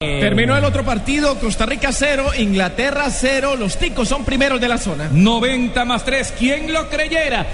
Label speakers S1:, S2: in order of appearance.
S1: Terminó el otro partido, Costa Rica 0, Inglaterra 0, los ticos son primeros de la zona.
S2: 90 más 3, ¿quién lo creyera?